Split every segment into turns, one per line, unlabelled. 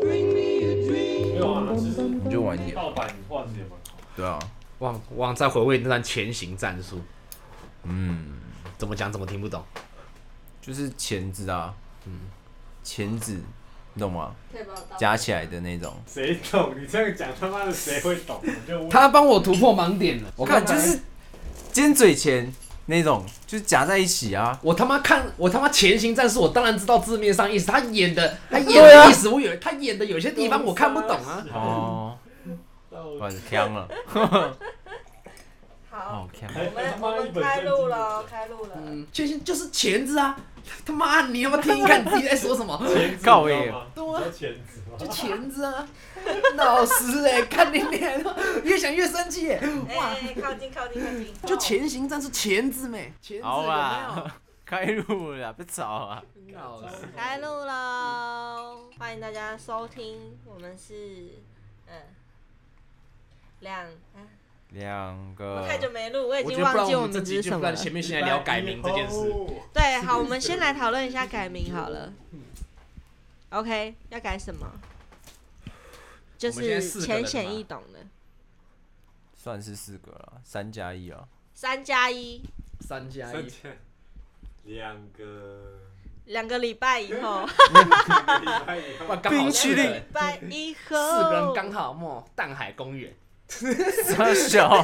bring me a dream.
没有啊，其实
你就晚一点。
盗版画质也蛮好。
对啊，
忘忘在回味那段前行战术，
嗯，
怎么讲怎么听不懂。
就是钳子啊，嗯，钳子，你懂吗？
可以帮我倒
夹起来的那种。
谁懂？你这样讲，他妈的谁会懂？我就问
他帮我突破盲点了，我
我看就是尖嘴钳那种，就是夹在一起啊。
我他妈看我他妈前行战术，我当然知道字面上意思，他演的他演
对啊
的意思，我有他演的有些地方我看不懂啊。
哦，
到
完呛了，
好，
好呛。
我们我们开录了，开录了。
嗯，确信就是钳子啊！他妈，你要不要听一看你自己在说什么？
钳子
靠背
你知道吗
对啊
你知道钳子吗
就钳子啊！老师哎、看你脸，越想越生气哎、哇，
哎、靠近靠近靠近。
就前行战术钳子没？钳子有
好
没
吧，开路了，别吵啊。
有？老师
开录喽！欢迎大家收听，我们是嗯两，啊
两
我
个。
太久没录，我已
我觉
经
得
忘
不然
记
我们
名
这
字
集
是什
就不
么
然
了。
前面先来聊改名这件事。
对，好，我们先来讨论一下改名好了。OK，要改什么？就
我们现在
是
四个
浅
人嘛
显易懂的，
算是四个了，三加 一啊。
三加一，
三加
三
一，
千两个
两个礼拜以后，
礼拜以
哇，
后，
刚好
冰淇
四
淋
个
礼
人
拜以后，
四个人刚好嘛，淡海公园
三小。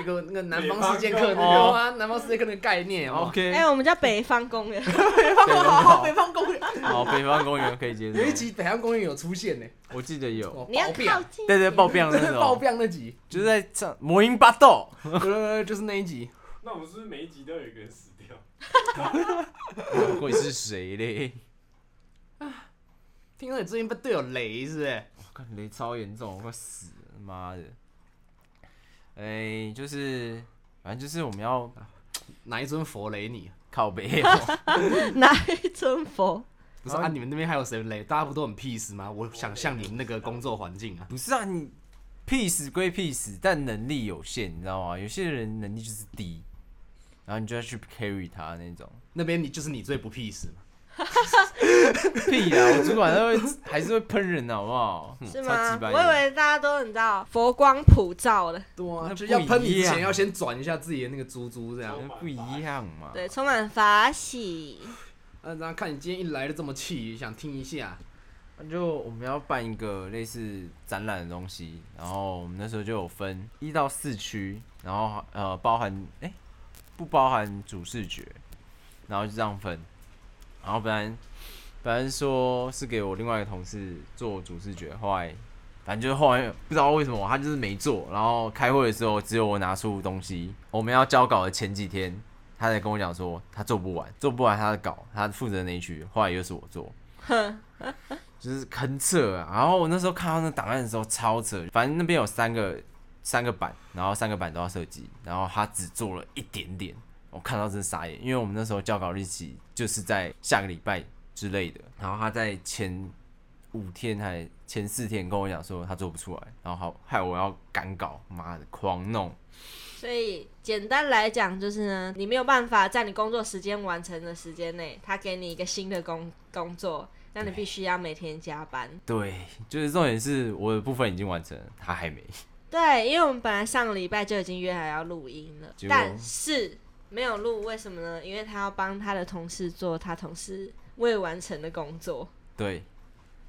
一个那个南方四剑客那个啊，南方四剑客那个概念哦。
哎、
OK。
我们叫北方公 园，
好，北方公园
好，北方公园可以接受
哦 有。一集北方公园有出现呢，
我记得有。
哦
你要
爆变
靠近，
对对，爆变那
真的爆
种，
变那集，
就是在唱魔音巴豆。
呃，就是那一集。
那我们是不是每一集都有一个人死掉？
会是谁嘞？
听说你最近被队友雷是不是？
我看雷超严重，我快死了，妈的！哎、就是，反正就是我们要
哪一尊佛雷你？啊
靠北、 哦，
哪一尊佛？
不是啊，你们那边还有谁雷？大家不都很 peace 吗？我想象你们那个工作环境啊，
不是啊，你 peace 归 peace，但能力有限，你知道吗？有些人能力就是低，然后你就要去 carry 他那种。
那边你就是你最不 peace 嘛。
屁啊！我主管都会还是会喷人的，好不好？
是
超
吗？
级
我
白
以
的
为大家都你知道佛光普照了，
对
那
啊，就是
不
要喷你
一
之
样
前要先转一下自己的那个猪猪这样，
不一样嘛。
对，充满法喜。
啊，然后看你今天一来就这么气，想听一下。
那就我们要办一个类似展览的东西，然后我们那时候就有分一到四区，然后呃包含哎、不包含主视觉，然后就这样分。然后本来本来说是给我另外一个同事做主视觉，后来反正就是后来不知道为什么他就是没做，然后开会的时候只有我拿出东西，我们要交稿的前几天，他才跟我讲说他做不完，做不完他的稿，他负责那一区，后来又是我做。就是很扯啊。然后我那时候看到那档案的时候超扯，反正那边有三个三个版，然后三个版都要设计，然后他只做了一点点，我看到真傻眼，因为我们那时候校稿日期就是在下个礼拜之类的，然后他在前五天还前四天跟我讲说他做不出来，然后好害我要赶稿，妈的狂弄。
所以简单来讲就是呢，你没有办法在你工作时间完成的时间内，他给你一个新的工工作，那你必须要每天加班。
对，就是重点是我的部分已经完成了，他还没。
对，因为我们本来上个礼拜就已经约好要录音了
结，果
但是没有录，为什么呢？因为他要帮他的同事做他同事未完成的工作。
对，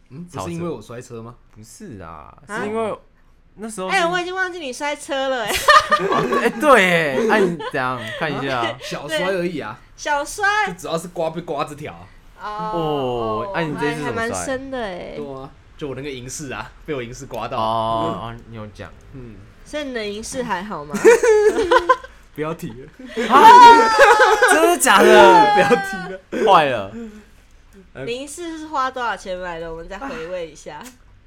嗯，不
超
是因
扯
为我摔车吗？
不是啊，
啊
是因为那时候
哎、
是
我已经忘记你摔车了、哎，
哎、对耶，哎、你怎样看 一下？
小摔而已啊，
小摔
就只要是刮被刮这条啊。
哦
哦哎你这次
还还
怎么
蛮
摔
深的哎，
对啊，就我那个银饰啊，被我银饰刮到。
哦，哦你有讲，
嗯，
所以你的银饰还 好吗？
不要提了，
真的假的？
啊不要提了。
坏了，
你银饰是花多少钱买的？我们再回味一下。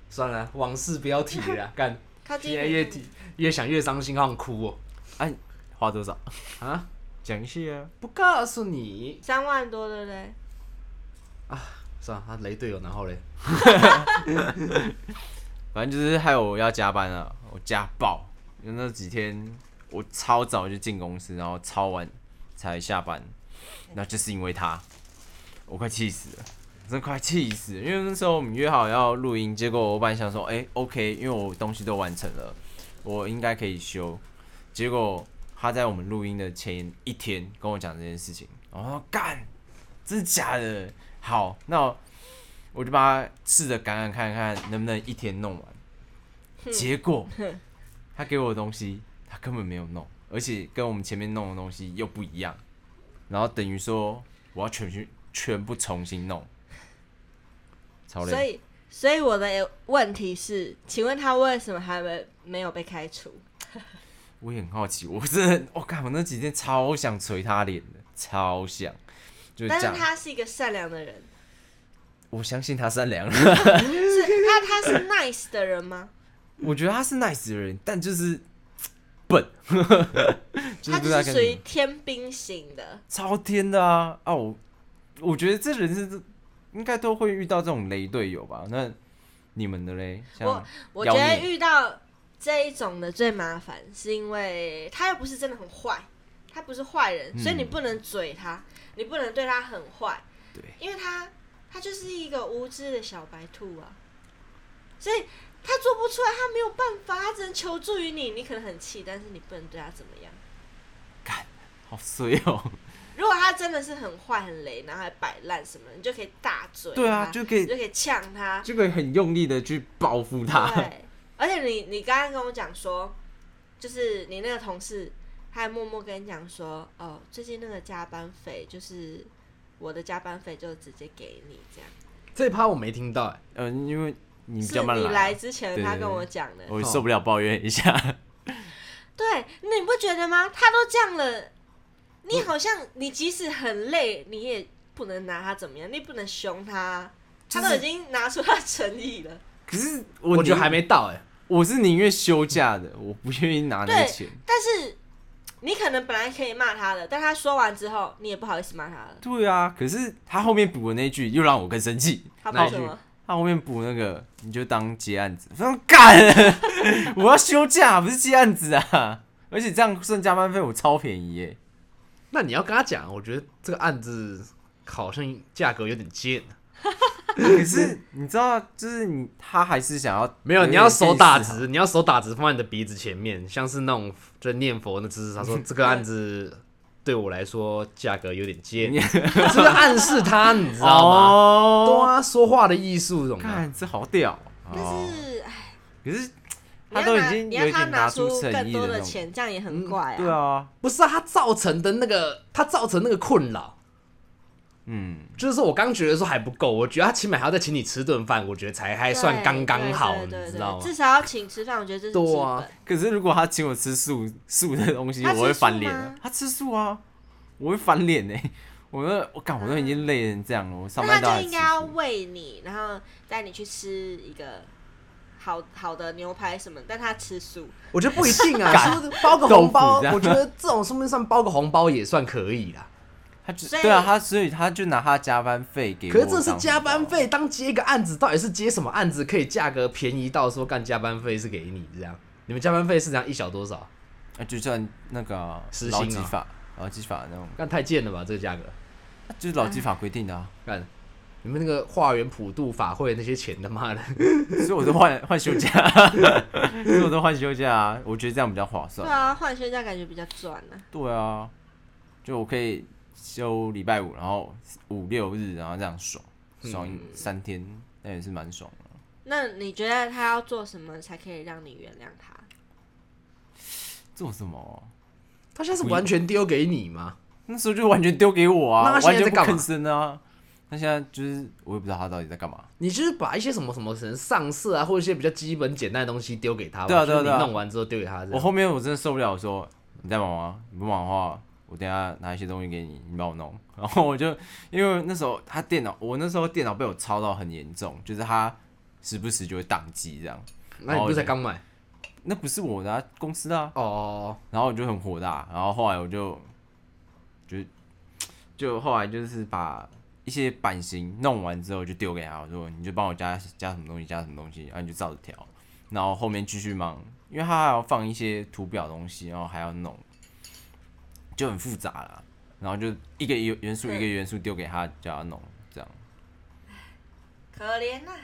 算了，往事不要提了啦， 干，
靠近
现在越提越想越伤心，好想哭哦、
哎，花多少？
啊，
讲一下啊。
不告诉你，
三万多，对不对？
算了，他雷队友，然后嘞，
反正就是害我要加班啊，我加爆。因为那几天我超早就进公司，然后超晚才下班，那就是因为他，我快气死了，真快气死了。因为那时候我们约好要录音，结果我本来想说，哎、o k 因为我东西都完成了，我应该可以休。结果他在我们录音的前一天跟我讲这件事情，然后我说干，真的假的？好，那我我就把它试着赶赶看看能不能一天弄完。结果他给我的东西，他根本没有弄，而且跟我们前面弄的东西又不一样，然后等于说我要全去全部重新弄，超累。
所以，所以我的问题是，请问他为什么还没没有被开除？
我也很好奇， 我真的，我、靠，我那几天超想捶他脸的，超想，就是
但
这
是
样。
他是一个善良的人，
我相信他善良，
是他他是 nice 的人吗？
我觉得他是 nice 的人，但就是笨， 就
他就
不知道
是
干
属
什
于
么
天兵型的，
超天的啊啊！我我觉得这人是应该都会遇到这种雷队友吧？那你们的嘞？像
我
妖
觉得
孽
遇到这一种的最麻烦，是因为他又不是真的很坏，他不是坏人，
嗯
所以你不能嘴他，你不能对他很坏，
对，
因为他他就是一个无知的小白兔啊，所以他做不出来，他没有办法，他只能求助于你，你可能很气，但是你不能对他怎么样。
好衰 哦，
如果他真的是很坏很雷，然后还摆烂什么的，你就可以大嘴他，
对啊，就可
你
以
就可以呛他，
就可以很用力的去报复他，
对，而且你你刚刚跟我讲说，就是你那个同事，他还默默跟你讲说，哦，最近那个加班费就是我的加班费就直接给你这样，
这一趴我没听到、哎，
呃，因为你比
是
较慢
你哦
来
来
啊，
之前
对
他
对
跟
对
我讲的。
我受不了抱怨一下，
对，你不觉得吗？他都这样了，你好像你即使很累，你也不能拿他怎么样，你不能凶他，他
就
都
是
已经拿出他诚意了。
可是
我
我
觉得
宁
还，没到、哎，
我是宁愿休假的，我不愿意拿那个
对
钱，
但是你可能本来可以骂他的，但他说完之后，你也不好意思骂他了。
对啊，可是他后面补的那句又让我更生气，
他啊
那
怕
一
什
句
么？
他后面补那个，你就当接案子。我说干， 我要休假，不是接案子啊！而且这样算加班费，我超便宜耶。
那你要跟他讲，我觉得这个案子好像价格有点贱，
可是你知道，就是你他还是想要
没有，你要手打
字。
直，你要手打直放在你的鼻子前面，像是那种就念佛的姿势。他说这个案子对我来说价格有点贱，这个暗示他，你知道吗？对
哦，
啊，说话的艺术，啊懂吗？
看这好屌
但
哦！
是哎
可是
你
他
要
都已
拿
经
你
有
要
一
他
点
拿
出
出
诚
更
意
多的
那种。
钱，这样也很怪啊。
对啊，
不是啊，他造成的那个，他造成那个困扰，
嗯，
就是我刚觉得说还不够，我觉得他起码还要再请你吃顿饭，我觉得才还
对，
算刚刚好，
对
你
对对
知道吗
至？少要请吃饭，我觉得这是基
对啊
本。
可是如果他请我吃素素的东西，
他吃
我会翻脸
素
啊
吗。
他吃素啊，我会翻脸呢。 我那我干，我都已经累成这样了，我上
那
班都
他
还
就应
吃
该要
素。
喂你，然后带你去吃一个好好的牛排什么，但他吃素。
我觉得不一定啊，
干
是不是包个红包
豆腐这？样
我觉得这种身份上包个红包也算可以啦。
他就
所以
对啊，他所以他就拿他加班费给我
可
当
是
红包。
这是加班费，当接一个案子，到底是接什么案子可以价格便宜到说干加班费是给你这样？你们加班费是这样一小多少？
啊，就算那个啊
时薪啊
劳基法，劳基法那种，
干太贱了吧，这个价格
就是劳基法规定的啊，
干。你们那个化缘普渡法会那些钱他妈的，
嗯
所以我都换换休假， 所以我都换休假啊，我觉得这样比较划
对
算。
啊，换休假感觉比较赚啊。
对啊，就我可以休礼拜五，然后五六日，然后这样爽爽
嗯
一三天，那也是蛮爽的。
那你觉得他要做什么才可以让你原谅他？
做什么啊？
他现在是完全丢给你吗？
那时候就完全丢给我啊，
那他现
完
在在
全不
干嘛
吭声啊。他现在就是我也不知道他到底在干嘛。
你就是把一些什么什么可能上色啊，或者一些比较基本简单的东西丢给他吧，
对啊
就是
对啊对啊
你弄完之后丢给他这
我
样。
后面我真的受不了，我说你在忙吗？你不忙的话，我等一下拿一些东西给你，你帮我弄。 然后我就因为那时候他电脑，我那时候电脑被我抄到很严重，就是他时不时就会宕机这样。
那你
哦
不是才刚买？
那不是我的、啊、公司的、啊，
哦，
然后我就很火大，然后后来我就就就后来就是把一些版型弄完之后就丢给他，我说你就帮我加加什么东西加什么东西，然后你就照着调，然后后面继续忙，因为他还要放一些图表东西，然后还要弄，就很复杂啦。然后就一个元元素一个元素丢给他，叫他弄，这样。
可怜啊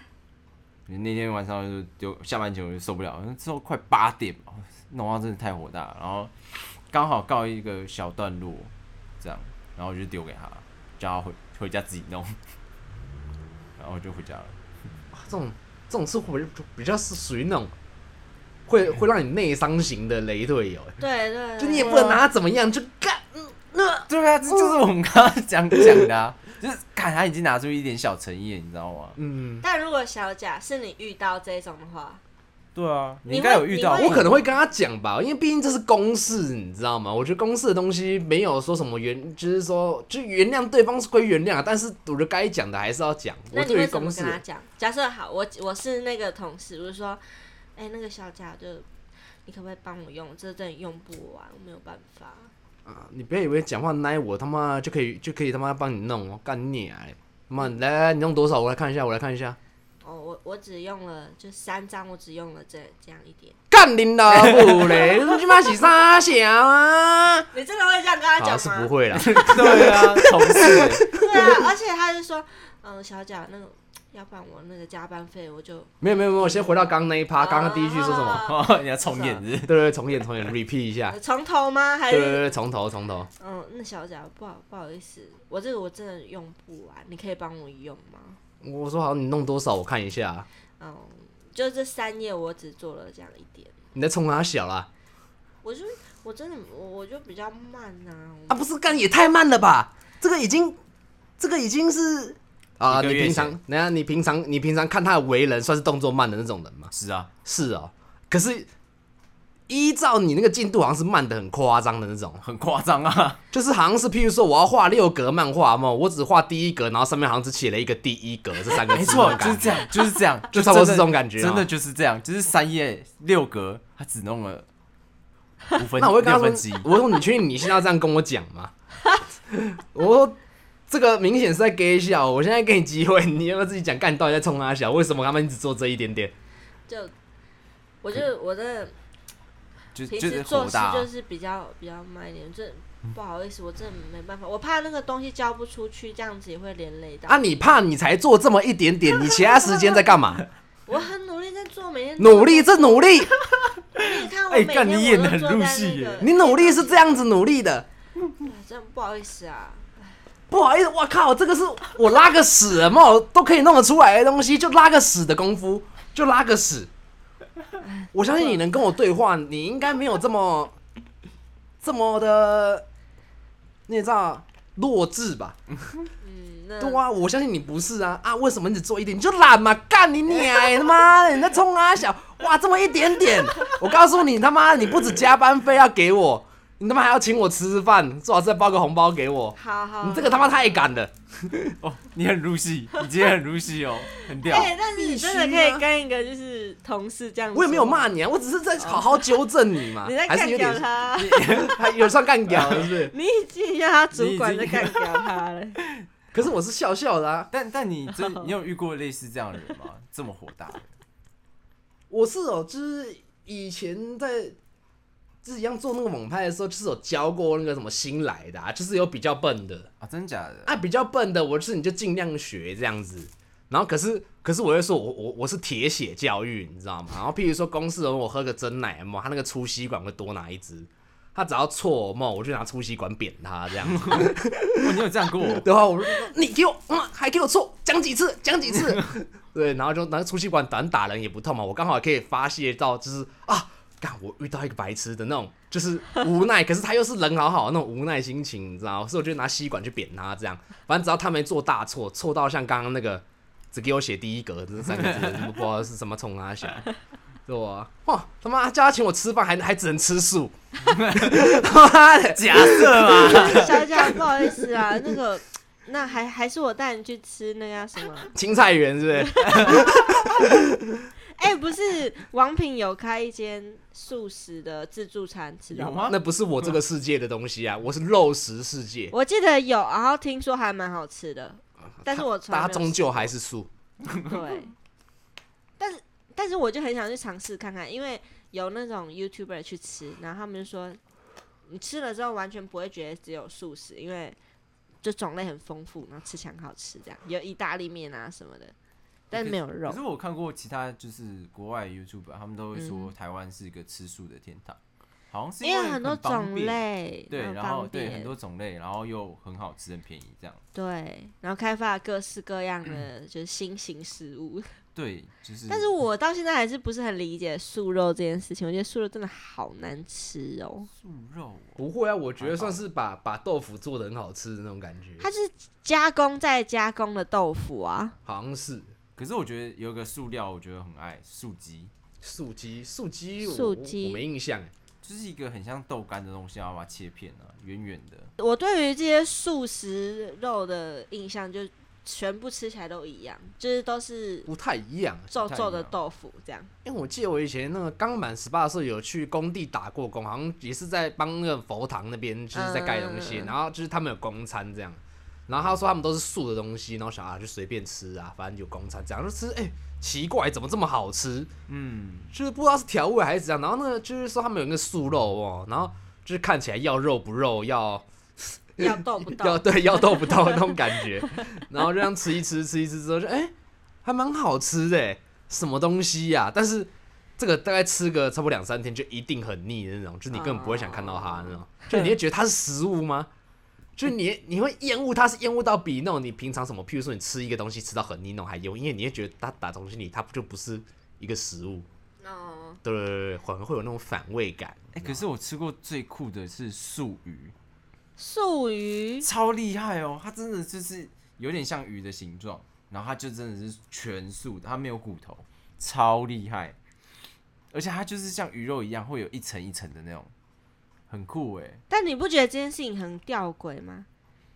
呐、
那天晚上就丢下班前我就受不了，之后快八点吧，弄到真的太火大了，然后刚好告一个小段落，这样，然后我就丢给他，叫他回回家自己弄， 然后我就回家了。
这种这种是会比较是属于那种会会让你内伤型的雷队友，
对对
就你也不能拿他怎么样，就干，嗯那
对啊，这就是我们刚刚讲讲的、啊，就是看他已经拿出一点小诚意了，你知道吗？
嗯，
但如果小贾是你遇到这种的话，
对啊，
你
你应该
会
有遇到
你会
过，
我可能会跟他讲吧，因为毕竟这是公事，你知道吗？我觉得公事的东西没有说什么原，就是说就原谅对方是归原谅啊，但是我觉得该讲的还是要讲。
那
我
你
对
会
于
怎
公
么
事
跟，他讲？假设好，我我是那个同事，我就说，哎、那个小贾就，你可不可以帮我用？这真的用不完，我没有办法。
啊，你不要以为讲话奶我他妈就可以就可以他妈帮你弄哦，干你啊！他妈来来，你弄多少？我来看一下，我来看一下。
哦，我我只用了就三张，我只用了这这样一点。
干你老母嘞！ 你他妈是啥小啊？
你真的会这样跟他
好
讲
啊是
吗？
不会啦，
对啊，同事，
对啊，而且他就说，嗯，小贾那个，要不然我那个加班费我就
没有没有没有，先回到刚刚那一趴，啊刚刚第一句说什么？
么？
哦，你要重演是不是
对对对，重演重演，repeat 一下。
哦 从头吗？还
对对
是
对，从头从头。
嗯，那小贾不好不好意思，我这个我真的用不完，你可以帮我用吗？
我说好，你弄多少？我看一下。啊
嗯，就这三页我只做了这样一点，
你在冲他小啦？
我就我真的我我就比较慢呐、
啊，不是，干也太慢了吧？这个已经，这个已经是啊，
一
你
个月
平常，等一下你平常，你平常看他的为人，算是动作慢的那种人吗？
是啊，
是哦，可是依照你那个进度，好像是慢的很夸张的那种，
很夸张啊，
就是好像是譬如说我要画六格漫画嘛，我只画第一格，然后上面好像只写了一个第一格这三个字，
没错，
那种
就
感
是这样，就是这样，
就差不多是这
真的
种感觉啊
真的就是这样，就是三页六格，他只弄了五分，
那我会跟他
六
说
分之一，，
我说你确定你现在要这样跟我讲吗？ 我说这个明显是在给小，我现在给你机会，你要不要自己讲？干，你到底在冲他小？为什么他们只做这一点点？
就我就我真的
就
平
就
时
是
做
火
事
大啊，
就是比较比较慢一点，这
嗯
不好意思，我真的没办法，我怕那个东西交不出去，这样子也会连累到。
啊，你怕你才做这么一点点，你其他时间在干嘛？
我很努力在做，每天做
努力。是努力，
你看我
哎
每天
干你演
我都
得很
坐
入
在
戏
那个
耶
你努力是这样子努力的。
哎真的不好意思啊。
不好意思，我靠，这个是我拉个屎有没有都可以弄得出来的东西，就拉个屎的功夫，就拉个屎。我相信你能跟我对话，你应该没有这么这么的，你也知道弱智吧？
嗯，那
对啊，我相信你不是啊啊！为什么你只做一点？你就懒嘛，干你娘欸！他妈的，你在冲啊小哇，这么一点点！我告诉你，他妈的，你不止加班费要给我，你他妈还要请我吃吃饭，最好再包个红包给我。
好好，
你这个他妈太敢了！
哦，你很入戏，你今天很入戏哦，很 屌。
哎、但是你真的
必
可
须啊
以跟一个就是同事这样，
我也没有，骂你啊，我只是在好好纠正你嘛，
哦 你在
还
干
是有
掉
点，
他，
还有算干掉了是不是？
你已经让他主管
你
在
已经
干掉他了。
可是我是笑笑的啊，
但但你真你有遇过类似这样的人 吗？这么火大的？
我是哦，就是以前在自己要做那个网拍的时候，就是有教过那个什么新来的啊，就是有比较笨的
啊，真的假的？
啊，比较笨的，我就是你就尽量学这样子。然后可是可是我会说我我我是铁血教育，你知道吗？然后譬如说公司人我喝个真奶嘛，他那个粗吸管会多拿一支，他只要错嘛，我就拿粗吸管扁他这样子。
哦，你有这样过？
对啊，我就说你给我，嗯，还给我错，讲几次，讲几次， 对，然后就拿出气管短打人也不痛嘛，我刚好可以发泄到就是啊，干我遇到一个白痴的那种，就是无奈，可是他又是人好好的那种无奈心情，你知道吗？所以我就拿吸管去扁他，这样，反正只要他没做大错，错到像刚刚那个只给我写第一格这三个字，不知道是什么冲他想。对啊，哇，他妈叫他请我吃饭，还还只能吃素， 他妈的，
假设嘛，
小贾，不好意思啊，那个那还还是我带你去吃那个叫什么？
青菜园是不是？
哎、不是，王品有开一间素食的自助餐，知道
有？吗？
那不是我这个世界的东西啊，我是肉食世界。
我记得有，然后听说还蛮好吃的，但是我从来
大
没
家
有
终究还是素。
对，但是但是我就很想去尝试看看，因为有那种 YouTuber 去吃，然后他们就说，你吃了之后完全不会觉得只有素食，因为就种类很丰富，然后吃起来很好吃，这样有意大利面啊什么的，但是没有肉
可是。我看过其他就是国外 YouTube，他们都会说
嗯
台湾是一个吃素的天堂，好像是
因
为
为很多
方
种
便，
类，
对，
很
然后
方
对
便
很多种类，然后又很好吃，很便宜，这样，
对，然后开发了各式各样的就是新型食
嗯
物。
对，就是。
但是我到现在还是不是很理解素肉这件事情，我觉得素肉真的好难吃哦。
素肉哦，
不会啊，我觉得算是把把豆腐做的很好吃的那种感
嗯
觉，
它是加工再加工的豆腐啊，
好像是
可是我觉得有一个素料，我觉得很爱素鸡，
素鸡，素鸡，我
素鸡
我我没印象哎。
就是一个很像豆干的东西，然后把它切片啊，圆圆的。
我对于这些素食肉的印象就全部吃起来都一样，就是都是
不太一样。
皱
太一
皱的
样
豆腐这样。
因为我记得我以前那个刚满十八岁有去工地打过工，好像也是在帮那个佛堂那边就是在盖东西，
嗯
然后就是他们有公餐这样，然后他说他们都是素的东西，然后小孩就随便吃啊，反正有公餐这样就吃，哎、奇怪怎么这么好吃？
嗯，
就是不知道是调味还是怎样，然后那个就是说他们有一个素肉哦，然后就是看起来要肉不肉，要
要豆不
要
豆？
对要豆不豆的那种感觉，然后这样吃一吃吃一吃之后就，哎、还蛮好吃的欸，什么东西呀、但是这个大概吃个差不多两三天就一定很腻的那种，就是你根本不会想看到它的那种，就你会觉得它是食物吗？就是你你会厌恶它，是厌恶到比那种你平常什么，譬如说你吃一个东西吃到很腻那种还厌恶，因为你会觉得它打从心里它就不是一个食物。
哦，
对对对，对可能会有那种反胃感。
哎、可是我吃过最酷的是素鱼，
素鱼
超厉害哦，它真的就是有点像鱼的形状，然后它就真的是全素的，它没有骨头，超厉害。而且它就是像鱼肉一样，会有一层一层的那种，很酷哎。
但你不觉得这件事情很吊诡吗？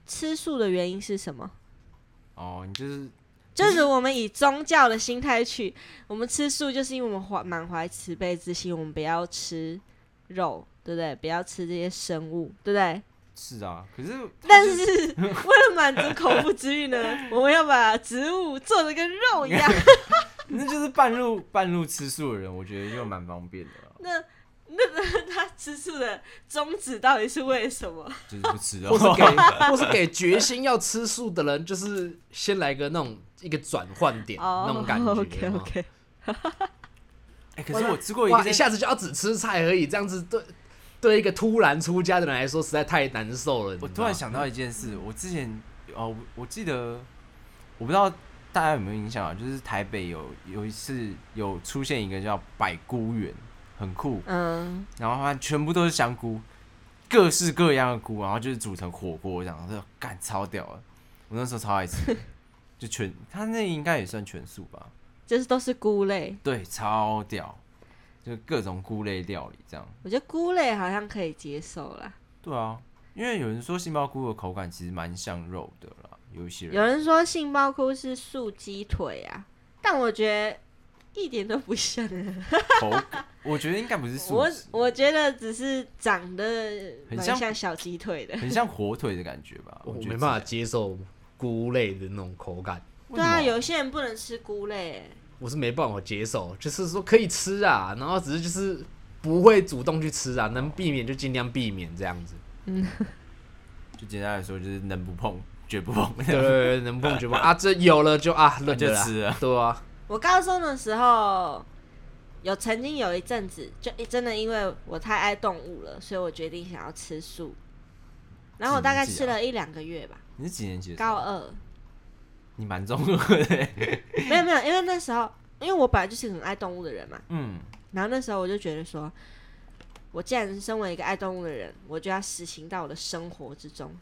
吃素的原因是什么？
哦，你就是
就是我们以宗教的心态去，我们吃素就是因为我们怀满怀慈悲之心，我们不要吃肉，对不对？不要吃这些生物，对不对？
是啊，可是
但是为了满足口腹之欲呢，我们要把植物做的跟肉一样。
那就是半路半路吃素的人，我觉得就蛮方便的 啊，
那那那他吃素的宗旨到底是为什么？
就是不吃肉
或。是给，或是给决心要吃素的人，就是先来个那种一个转换点、
哦、
那种感觉。
OK OK，
哎、可是我吃过一
哦哇，
个
一
在
下子就要只吃菜而已，这样子对对一个突然出家的人来说实在太难受了。你
我
知
突
道吗
然，想到一件事，我之前哦，我我记得，我不知道大家有没有印象啊，就是台北有有一次有出现一个叫百菇园，很酷，
嗯，
然后它全部都是香菇，各式各样的菇，然后就是煮成火锅这样，这干超屌了，我那时候超爱吃，就全它那应该也算全素吧，
就是都是菇类，
对，超屌，就各种菇类料理这样，
我觉得菇类好像可以接受啦。
对啊，因为有人说杏鲍菇的口感其实蛮像肉的啦，有一些人
有人说杏鲍菇是素鸡腿啊，但我觉得一点都不像啊。
口感，我觉得应该不是素
我
食，
我觉得只是长得
很
蛮
像
像小鸡腿的。
很像火腿的感觉吧。
我
觉
没
得
办法
吃
接受菇类的那种口感，
起
对
来，
啊，
为什么
有些人不能吃菇类欸，
我是没办法接受。就是说可以吃啊，然后只是就是不会主动去吃啊，能避免就尽量避免这样 子。
就简单来说就是能不碰绝不碰。
对对对，能碰就碰啊，这有了就啊，认
就
了啦
吃了
对啊，
我高中的时候，有曾经有一阵子，就一真的因为我太爱动物了，所以我决定想要吃素。然后我大概
几年级
吃
啊
了一两个月吧，
你是几年级的时候？
高二
你蛮中二的 欸。
没有没有，因为那时候因为我本来就是很爱动物的人嘛，
嗯，
然后那时候我就觉得说，我既然身为一个爱动物的人，我就要实行到我的生活之中，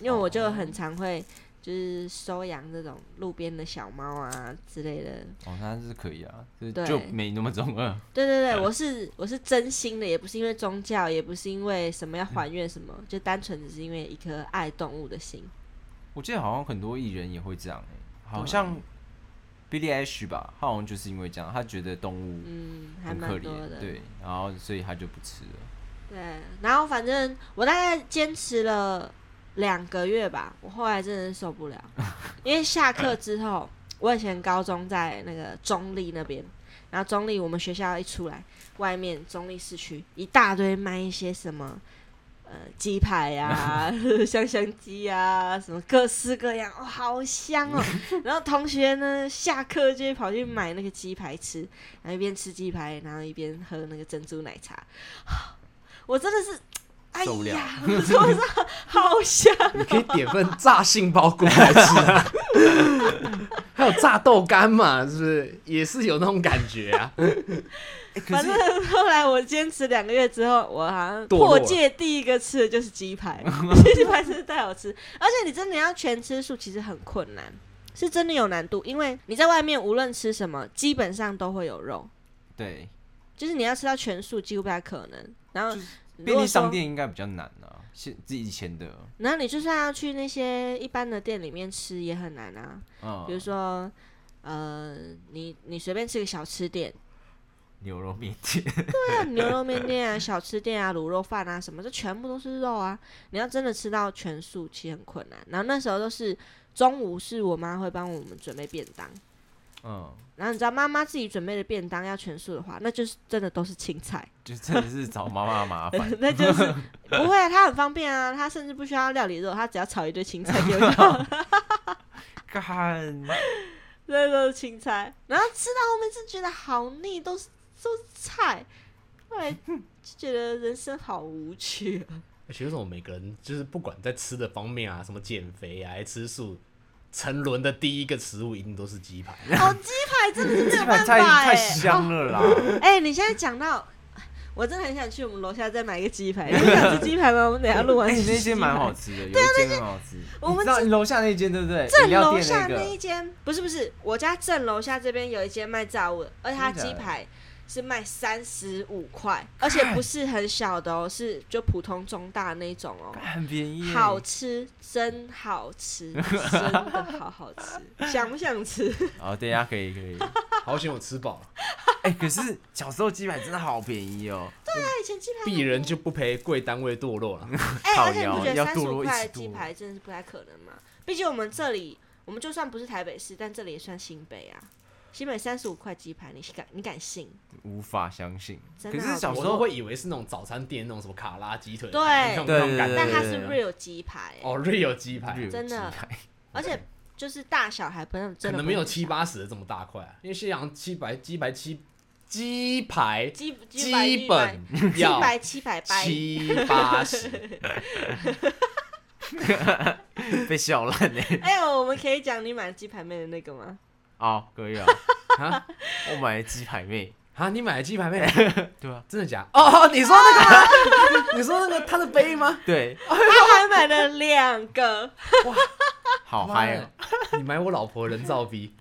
因为我就很常会就是收养这种路边的小猫啊之类的
哦，那是可以啊，就
对
就没那么中 二。
对对
嗯
对，我是我是真心的，也不是因为宗教，也不是因为什么要还愿什么，就单纯只是因为一颗爱动物的心。
我记得好像很多艺人也会这样、欸，好像 Billy H 吧，他好像就是因为这样，他觉得动物
嗯，还
很可
蛮多
怜，
的。
对，然后所以他就不吃了。
对，然后反正我大概坚持了两个月吧，我后来真的是受不了，因为下课之后，我以前高中在那个中立那边，然后中立我们学校一出来，外面中立市区一大堆卖一些什么。呃，鸡排呀、 香香鸡呀、什么各式各样，哦，好香 哦！然后同学呢，下课就会跑去买那个鸡排吃，然后一边吃鸡排，然后一边喝那个珍珠奶茶， 我真的是，哎呀，
受不了
我说我说好 香，
你可以点份炸杏鲍菇来吃， 还有炸豆干嘛，是不是也是有那种感觉 啊？
反正 后来我坚持两个月之后，我好像
堕落
破
了
戒第一个吃的就是鸡排， 鸡排真的太好吃，而且你真的要全吃素，其实很困难，是真的有难度，因为你在外面无论吃什么，基本上都会有肉，
对，
就是你要吃到全素几乎不太可能。然后如果
便利商
说
店应该比较难啊，现自己以前的，
然后你就算要去那些一般的店里面吃也很难啊，
嗯，
比如说，呃，你你随便吃个小吃店，
牛肉面店，
对啊， 牛肉面店啊、小吃店啊、卤肉饭啊什么，这全部都是肉啊。你要真的吃到全素，其实很困难。然后那时候都是中午，是我妈会帮我们准备便当。
嗯，
然后你知道妈妈自己准备的便当要全素的话，那就是真的都是青菜，
就真的是找妈妈麻 烦。
那就是不会啊，她很方便啊，她甚至不需要料理肉，她只要炒一堆青菜就好 了。
干，
那都是青菜，然后吃到后面真觉得好腻，都是都是菜，后来就觉得人生好无趣、啊。
而且为什么每个人就是不管在吃的方面啊，什么减肥啊、还吃素，沉沦的第一个食物一定都是鸡 排。
哦，鸡排真的是没有办
太
法
太
哎、
香了啦！
哎、你现在讲到，我真的很想去我们楼下再买一个鸡 排。你想吃鸡排吗？我们 等一下录完
哎，
去吃鸡排。
那间蛮好 吃的，有一间很好吃。
我们
你知道你楼下那间对不对？饮
正
料
楼
店
下
个
那一间不是不是，我家正楼下这边有一间卖炸物的，而且它
真的
鸡
假的
排是卖三十五块，而且不是很小的哦，是就普通中大那一种哦。
很便宜耶，
好吃，真好吃，真的好好 吃，想不想吃？哎
哦，等一下可以可以。
好险我吃饱了，
哎、可是小时候鸡排真的好便宜哦，
那以前鸡排，
鄙人就不陪贵单位堕落 了。
哎、
烤
而且你不
窑
觉得
要
三
堕
十五
落一
块
起
的鸡
堕落
排真的是不太可能嘛？毕竟我们这里，我们就算不是台北市，但这里也算新北啊。新北三十五块鸡排，你敢你敢信？
无法相信。可
真的
是小
我
时
都
候，
会以为是那种早餐店那种什么卡拉鸡腿，
对
那种那种感觉。
但它是
对
real 鸡排、
哦，real 鸡排，
真的
鸡排
而且就是大小还不能
可
真的
能
不
没有
能
七
小
八十的这么大块、啊，因为西洋鸡排鸡排七鸡排
鸡鸡排
基本
鸡
要
排七百八，
七八十，
被笑烂呢、
哎呦，我们可以讲你买鸡排妹的那个吗？
哦，可 以啊。
啊
我买了鸡排妹，
啊！你买的鸡排 妹
对啊，
真的假？哦，你说那 个，你说那个他的杯吗？
对，
他还买了两 个，
好嗨哦！
你买我老婆人造逼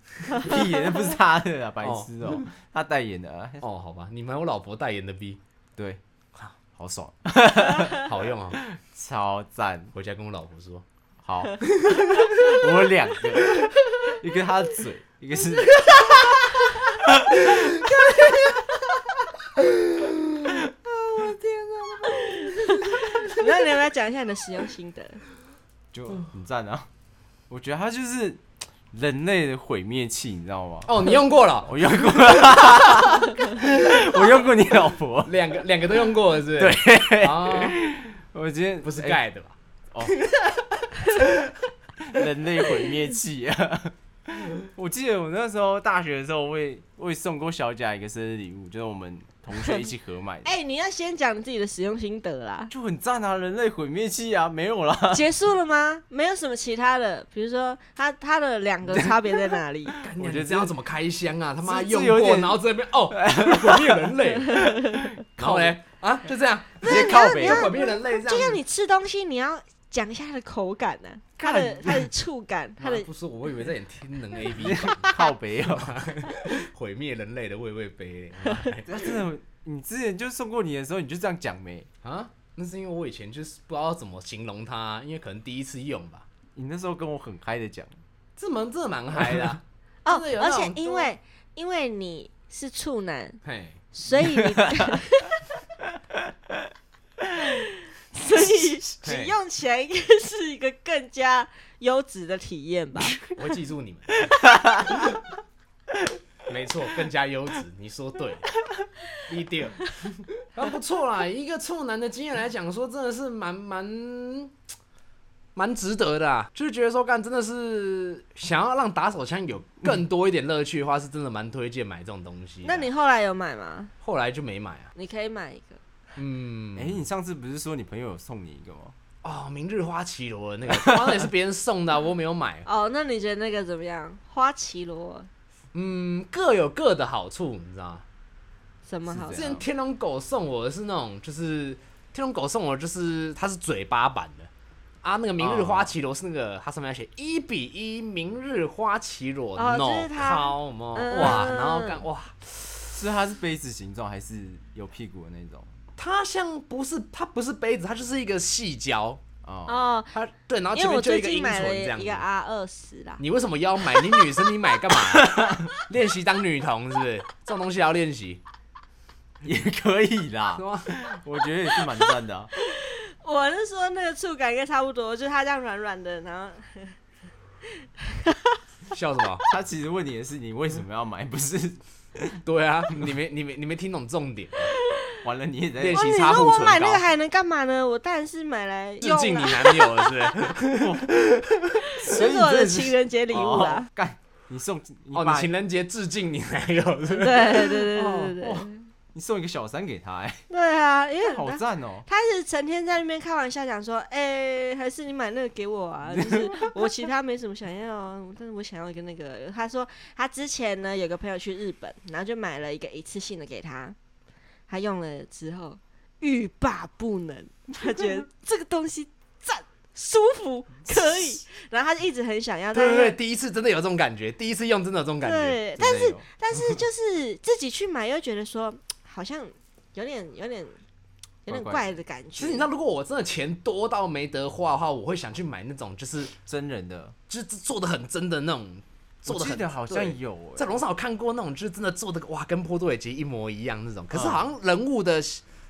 屁眼不是他的啊，白痴哦、他代言的啊，
哦，好吧，你买我老婆代言的逼，
对，好爽，
好用啊！
超赞，
回家跟我老婆说，
好， 我有两个，一个他的嘴，一 个是
那你要不要讲一下你的使用心得？
就很赞啊。我觉得他就是人类的毁灭器，你知道吗？
哦，你用过了，
我用过， 我用过你老婆，
两个两个都用过了，是不是？对啊，
我今天
不是
哎
盖的吧？
人类毁灭器 啊！我记得我那时候大学的时候，我也我也送过小贾一个生日礼物，就是我们同学一起合买的，。
哎、你要先讲你自己的使用心得啦
就很赞啊！人类毁灭器啊，没有啦，
结束了吗？没有什么其他的，比如说它它的两个差别在哪里？
我觉得
这
这
样怎么开箱啊？他妈
这
用
有
过，
点
然后这边 哦，毁灭人类，然后嘞啊，就这样，
直接靠
你
北
要
就毁灭人类这样，
就像你吃东西，你要讲一下它的口感呢、它的它的触感，它
妈
的
不说，我以为在演天能 A B
靠北哦、
毁灭人类的喂喂 杯
那真的，你之前就送过你的时候，你就这样讲没？
啊，那是因为我以前就是不知道怎么形容它，因为可能第一次用吧，
你那时候跟我很嗨的讲，
这蛮这蛮嗨的啊、
哦
真的有，那
而
种
且因
多
为因为你是处男，
嘿，
所以你，所以使用起来应该是一个更加优质的体验吧？
我会记住你 们。没错，更加优质，你说对。一点，啊，不错啦，以一个处男的经验来讲，说真的是蛮蛮蛮值得的啊。就是觉得说，干真的是想要让打手枪有更多一点乐趣的话，是真的蛮推荐买这种东西的。
那
啊
你后来有买吗？
后来就没买啊？
你可以买一个，
嗯，
哎、你上次不是说你朋友有送你一个吗？
哦，明日花绮罗的那个，好像也是别人送的啊、我 又没有买。
哦，那你觉得那个怎么样？花绮罗
嗯，各有各的好处，你知道吗？
什么好
是
之
这样
前天龙狗送我的是那种，就是天龙狗送我的就是它是嘴巴版的啊，那个明日花绮罗是那个，它上面要写一比一明日花绮罗
哦
no
就是它
靠嘛，
嗯
哇，然后干哇，
是它是杯子形状还是有屁股的那种？
它像不是它不是杯子，它就是一个细胶，
哦，
哦？
它对，然后
因
前
为
面
我
就
最
一个
近
阴
买
唇啊这样啊
了
子
一个。R 二十啦，
你为什么要买？你女生你买干嘛？ 练习当女童是不是？这种东西要练习，
也可以啦
是，吗？
我觉得也是蛮赞的啊、
我是说那个触感应该差不多，就是它这样软软的，然后
笑什么？
他其实问你的是你为什么要买，不是
对啊，你没你没你没听懂重点。
完了你也在
练习
哦，你
擦
说
护
我
唇
买那
膏
个还能干嘛呢？我当然是买来
致
用
敬你啊
啦，
男友了，是不是？
这是我的情人节礼物啦
哦。干，你送你
哦，
把
你情人节致敬你男友，是不是？
对对对对对对
哦
哦
你送一个小三给他、哎，
对啊，因为
好
他
赞哦、
他是成天在那边开玩笑讲说，哎、还是你买那个给我 啊，就是我其他没什么想要啊，但是我想要一个那个。他说他之前呢有个朋友去日本，然后就买了一个一次性的给他，他用了之后欲罢不能，他觉得这个东西赞。舒 服可以，然后他就一直很想要，但
对对对，
是
第一次真的有这种感觉，第一次用真的有这种感觉。
对，但
但是
但是就是自己去买，又觉得说好像有点有点有点
怪怪
怪的感觉。
其实你知道，如果我真的钱多到没得花的话，我会想去买那种就是
真人的，
就是做的很真的那种，做
我
的
记
很
得好
对
像有、哎
在楼上有看过那种，就是真的做的哇，跟波多野结衣一模一样那种。可是好像人物的、
嗯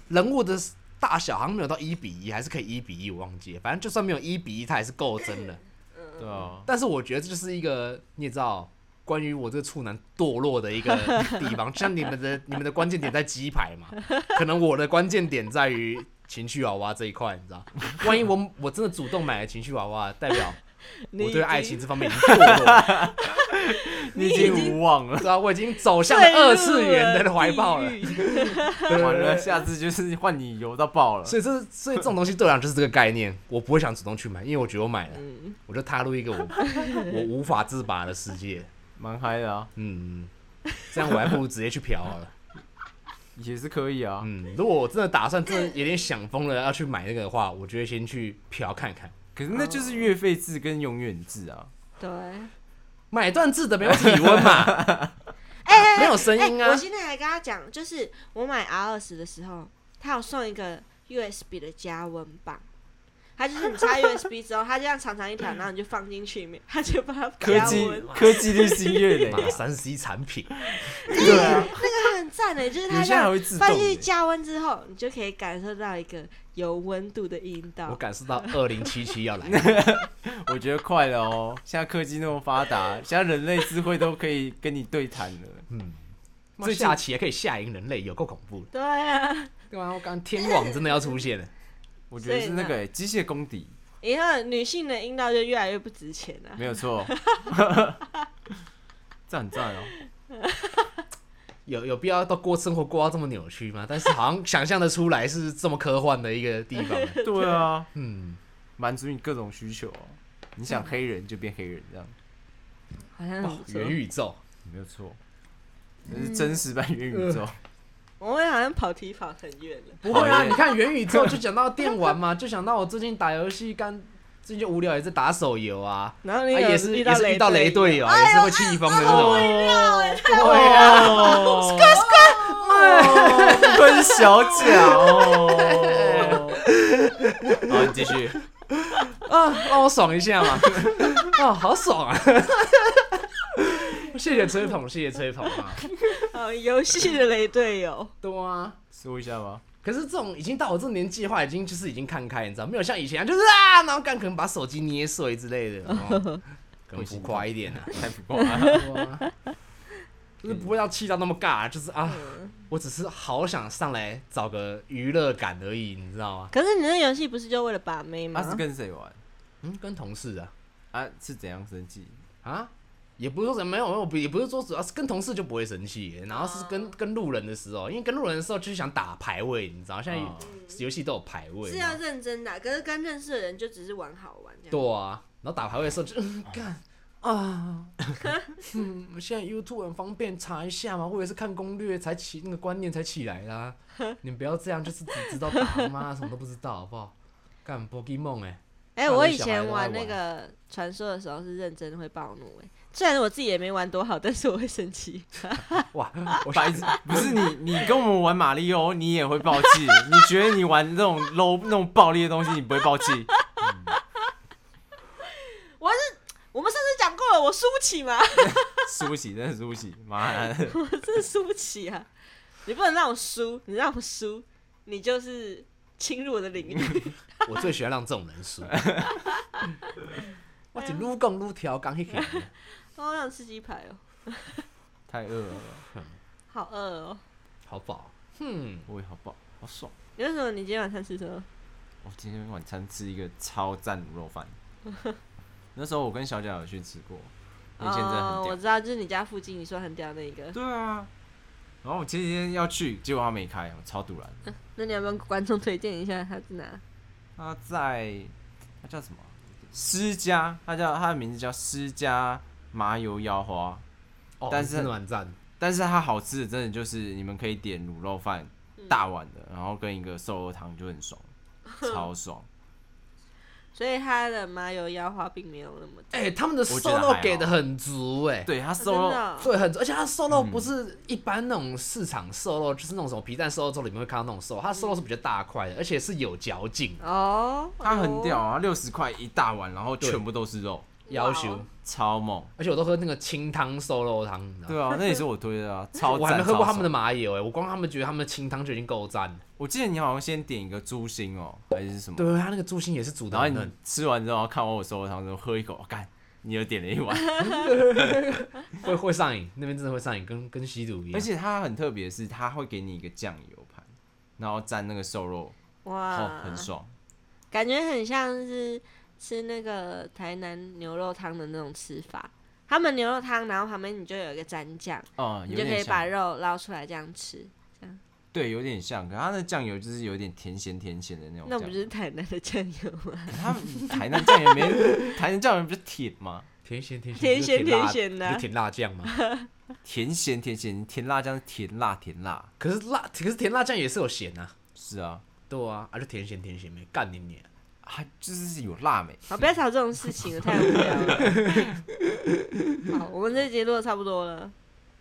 人物的大小好像没有到一比一，还是可以一比一，我忘记了。反正就算没有一比一，它也是够真的。
嗯
对啊，
但是我觉得这就是一个你也知道，关于我这个处男堕落的一个地方。就像你们的你们的关键点在鸡 排嘛，可能我的关键点在于情绪娃娃这一块，你知道？万一我我真的主动买了情绪娃娃，代表
你
我对爱情
已
这方面已经堕落了。
你已经无 望了，
对啊，我已经走
经
向了二次元的怀抱了
坠。入地狱
完了，下次就是换你油到爆了。
所以这是所以这种东西对我来讲就是这个概念，我不会想主动去买，因为我觉得我买了，我就踏入一个 我我无法自拔的世界。
蛮嗨的啊，
嗯，这样我还不如直接去嫖好了。
也是可以啊。
嗯，如果我真的打算真的有点想疯了要去买那个的话，我就会先去嫖看看。
可是那就是月费制跟永远制啊。
对，
买断制的没有体温 嘛，
哎、
没有声音
哎
啊
我。现在还跟他讲，就是我买 R 二十的时候，他有送一个 USB 的加温棒。它就是你插 USB 之后， 它这样长长一条，然后你就放进去里面，它就把它
科
加
技
温。
科技日新月累 啊，
买三 C 产品，
对啊，
那个很赞的，就是它
有
这
些还
样
会自动欸
放进去
欸
的。
加温之后，你就可以感受到一个有温度的阴
我
道。
感受到二零七七要来了。
我觉得快了哦，现在科技那么发达，现在人类智慧都可以跟你对谈了。
这下棋还可以下赢人类，有够恐怖的。
对啊，
对啊，我刚天网真的要出现了。
我觉得是那个欸机械功底，
以后女性的阴道就越来越不值钱了、
没 有错。这很赞哦，
有有必要到过生活过到这么扭曲吗？但是好像想象的出来是这么科幻的一个地 方。
对啊，
嗯，
满足你各种需求哦。你想黑人就变黑人，这样
好像很不错
元。宇宙，
没有错。这是真实版元宇 宙，
我们好像跑题跑很远了。
嗯不会啊！
耶
你看元宇宙就讲到电玩 嘛，就想到我最近打游戏干，最近无聊也是打手游啊，
然后
啊
你有
也是
遇
也是遇到雷队友啊，也是会气疯的那种。
哦，
对 啊，
哎不愧 是啊小贾哦。好，你继续。
啊，让我爽一下嘛， 啊，好爽啊！ 谢谢吹捧，谢谢吹捧啊！
呃，游戏的雷队哦友，
对啊，
说一下吗？
可是这种已经到我这年纪的话，已经就是已经看开，你知道，没有像以前、啊、就是啊，然后干可能把手机捏碎之类的，哦可能浮夸一点啊。
太不够了。
就是不会要气到那么尬，就是啊，我只是好想上来找个娱乐感而已，你知道吗？
可是你那游戏不是就为了把妹吗
啊
他？是跟谁玩？
嗯，跟同事啊
啊，是怎样生气？
啊，也不是说什么没有没有，也不是说主要是跟同事就不会生气，然后是跟、跟路人的时候，因为跟路人的时候就是想打排位，你知道，现在
哦
游戏都有排位，
是啊
然
要
后
认真打，可是跟认识的人就只是玩好玩这样。
对啊，然后打排位的时候就嗯 干。啊， 嗯，现在 YouTube 很方便，查一下嘛。我也是看攻略才起那个观念才起来啦、 你们不要这样，就是只知道打 妈，什么都不知道，好不好？干 Pokemon 哎、
哎、
那
我
我
以
小孩
前
都
玩
在
那
玩啊
个传说的时候是认真会暴怒哎、虽然我自己也没玩多好，但是我会生气。
哇，我
白痴， 不是你，你跟我们玩马里奥，你也会爆气。 你觉得你玩这种 low 那种暴力的东西，你不会爆气？
我是我们上次讲过了，我输不起嘛，
输不起，真的输不起，妈 的！
我 真的输不起啊！你不能让我输，你让我输，你就是侵入我的领 域。
我最喜欢让这种 人输。我是撸共撸条刚去看，
好想吃鸡排哦，
太饿了，
好饿哦！
好 Hmm，饱。哼，
胃好饱，好爽。
你为什么你今天晚上吃什么？
我今天晚餐吃一个超赞卤肉饭，那时候我跟小贾有去吃过，那间真的
哦，我
很屌。
知道，就是你家附近你说很屌那一个。
对啊，然后我前几天要去，结果他没开，我超堵然。
那你要不要观众推荐一下他是哪？
他在他叫什么啊？施家，他叫他的名字叫施家麻油腰花，
哦，
但是
真的蛮赞。
但是它好吃的真的就是你们可以点卤肉饭大碗的，然后跟一个瘦肉汤就很爽，超爽。
所以他的麻油腰花并没有那么
哎，他们的
我
瘦
觉得还
肉
好
给的很足哎，
对，它
啊嗯
瘦
真
肉
的哦
对，很足，而且它瘦肉不是一般那种市场瘦肉，就是那种什么皮蛋瘦肉粥里面会看到那种瘦，它的瘦肉是比较大块的，而且是有嚼劲，
哦，
它很
哦
屌啊，六十块一大碗，然后
对
全部都是肉，
要求。
哦
超猛。
而且我都喝那个清汤瘦肉汤，你知道吗？
对啊，那也是我推的啊，超
我还没
赞
喝过
超
他们的
爽
麻油哎，我光他们觉得他们的清汤就已经够赞了。
我记得你好像先点一个猪心哦，还是什么？
对，啊它那个猪心也是煮的
然后
很
你
嫩，
吃完之后，看完我手汤之后喝一口，我、干，你又点了一碗。
会会上瘾，那边真的会上瘾，跟跟吸毒一样。
而且它很特别，是它会给你一个酱油盘，然后蘸那个瘦肉，哦
哇，，
很爽。
感觉很像是吃那个台南牛肉汤的那种吃法。他们牛肉汤，然后旁边你就有一个蘸酱，
嗯，
你
有
就可
点
以把
像，
肉捞出来这样吃。
对，有点像，可它的酱油就是有点甜咸甜咸的那种
那不
酱油。
就是台南的酱油 吗？
他们台南酱油没，台南酱油不是甜吗？
甜咸甜
甜
咸
咸
不
甜咸
是辣
的
不是甜辣酱 吗？
甜咸甜咸，甜辣酱是甜辣甜辣，
可是辣，可是甜辣酱也是有咸啊。
是啊，
对啊，啊就甜咸甜咸没干你你。
还就是有辣美。
好，不要吵这种事情了，太无聊了。好，我们这节录的差不多了。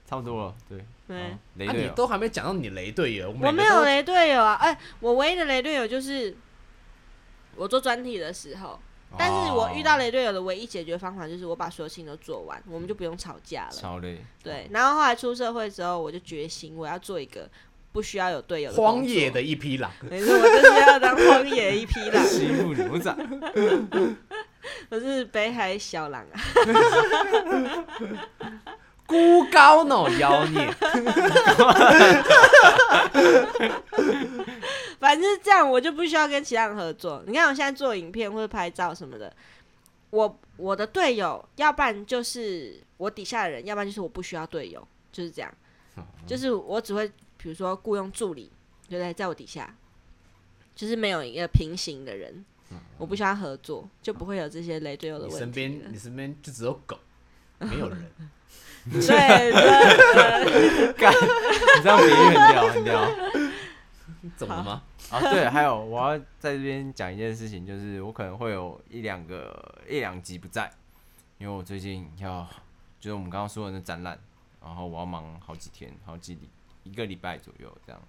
差不多了，对，嗯
对，
啊
好雷队
你
友，
都还没讲到你雷队友，
我
我
没有雷队友啊。哎、我唯一的雷队友就是我做专题的时候，
哦
但是我遇到雷队友的唯一解决方法就是我把所有事情都做完，我们就不用吵架了。
超累，
对，然后后来出社会之后，我就决心我要做一个不需要有队友的工作
荒野的，一匹狼，
没错，我就是要当荒野一匹狼，
欺负牛仔，
我是北海小狼啊，
孤高呢妖孽，
反正这样我就不需要跟其他人合作。你看我现在做影片或者拍照什么的，我我的队友，要不然就是我底下的人，要不然就是我不需要队友，就是这样，
嗯
就是我只会比如说雇佣助理，就在在我底下，就是没有一个平行的人。我不需要合作，就不会有这些雷队友的
嗯
问
你
题了。
身边你身边就只有 狗，没有人。
对 对，
干，你这样比喻很屌，很屌。
怎么了吗？
啊，对，还有我要在这边讲一件事情，就是我可能会有一两个一两集不在，因为我最近要就是我们刚刚说的那展览，然后我要忙好几天，好几礼一个礼拜左右这样。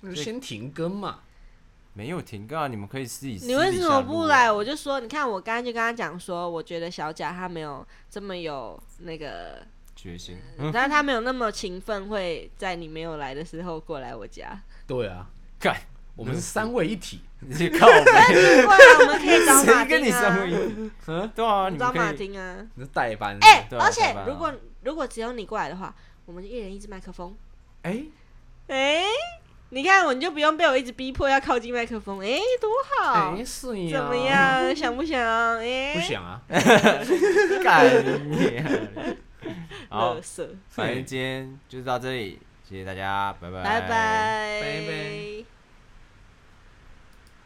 那就先停更嘛。
没有停更啊，你们可以自己。
你为什么不
啊
来？？我就说，你看我刚刚就跟他讲说，我觉得小贾他没有这么有那个，
决心，嗯，
但是他没有那么勤奋，会在你没有来的时候过来我 家。
对啊，
干，
我们是三位一体，
你去靠背，
对啊，我们可以找马
谁跟你
丁
上
啊，
位？嗯，对啊，你
找
们
马
可以。
丁啊。
你是代班。
哎、
对啊
而
怎么
且
办啊
如果如果只有你过来的话，我们就一人一支麦克风。
哎，
哎、你看，我你就不用被我一直逼迫要靠近麦克风，哎、多好，
哎，是呀。
怎么？样？想不想？哎、
不想啊，
干你啊！ 好
乐，色，
反正今天就是到这里，谢谢大家，拜拜，
拜拜，
拜拜。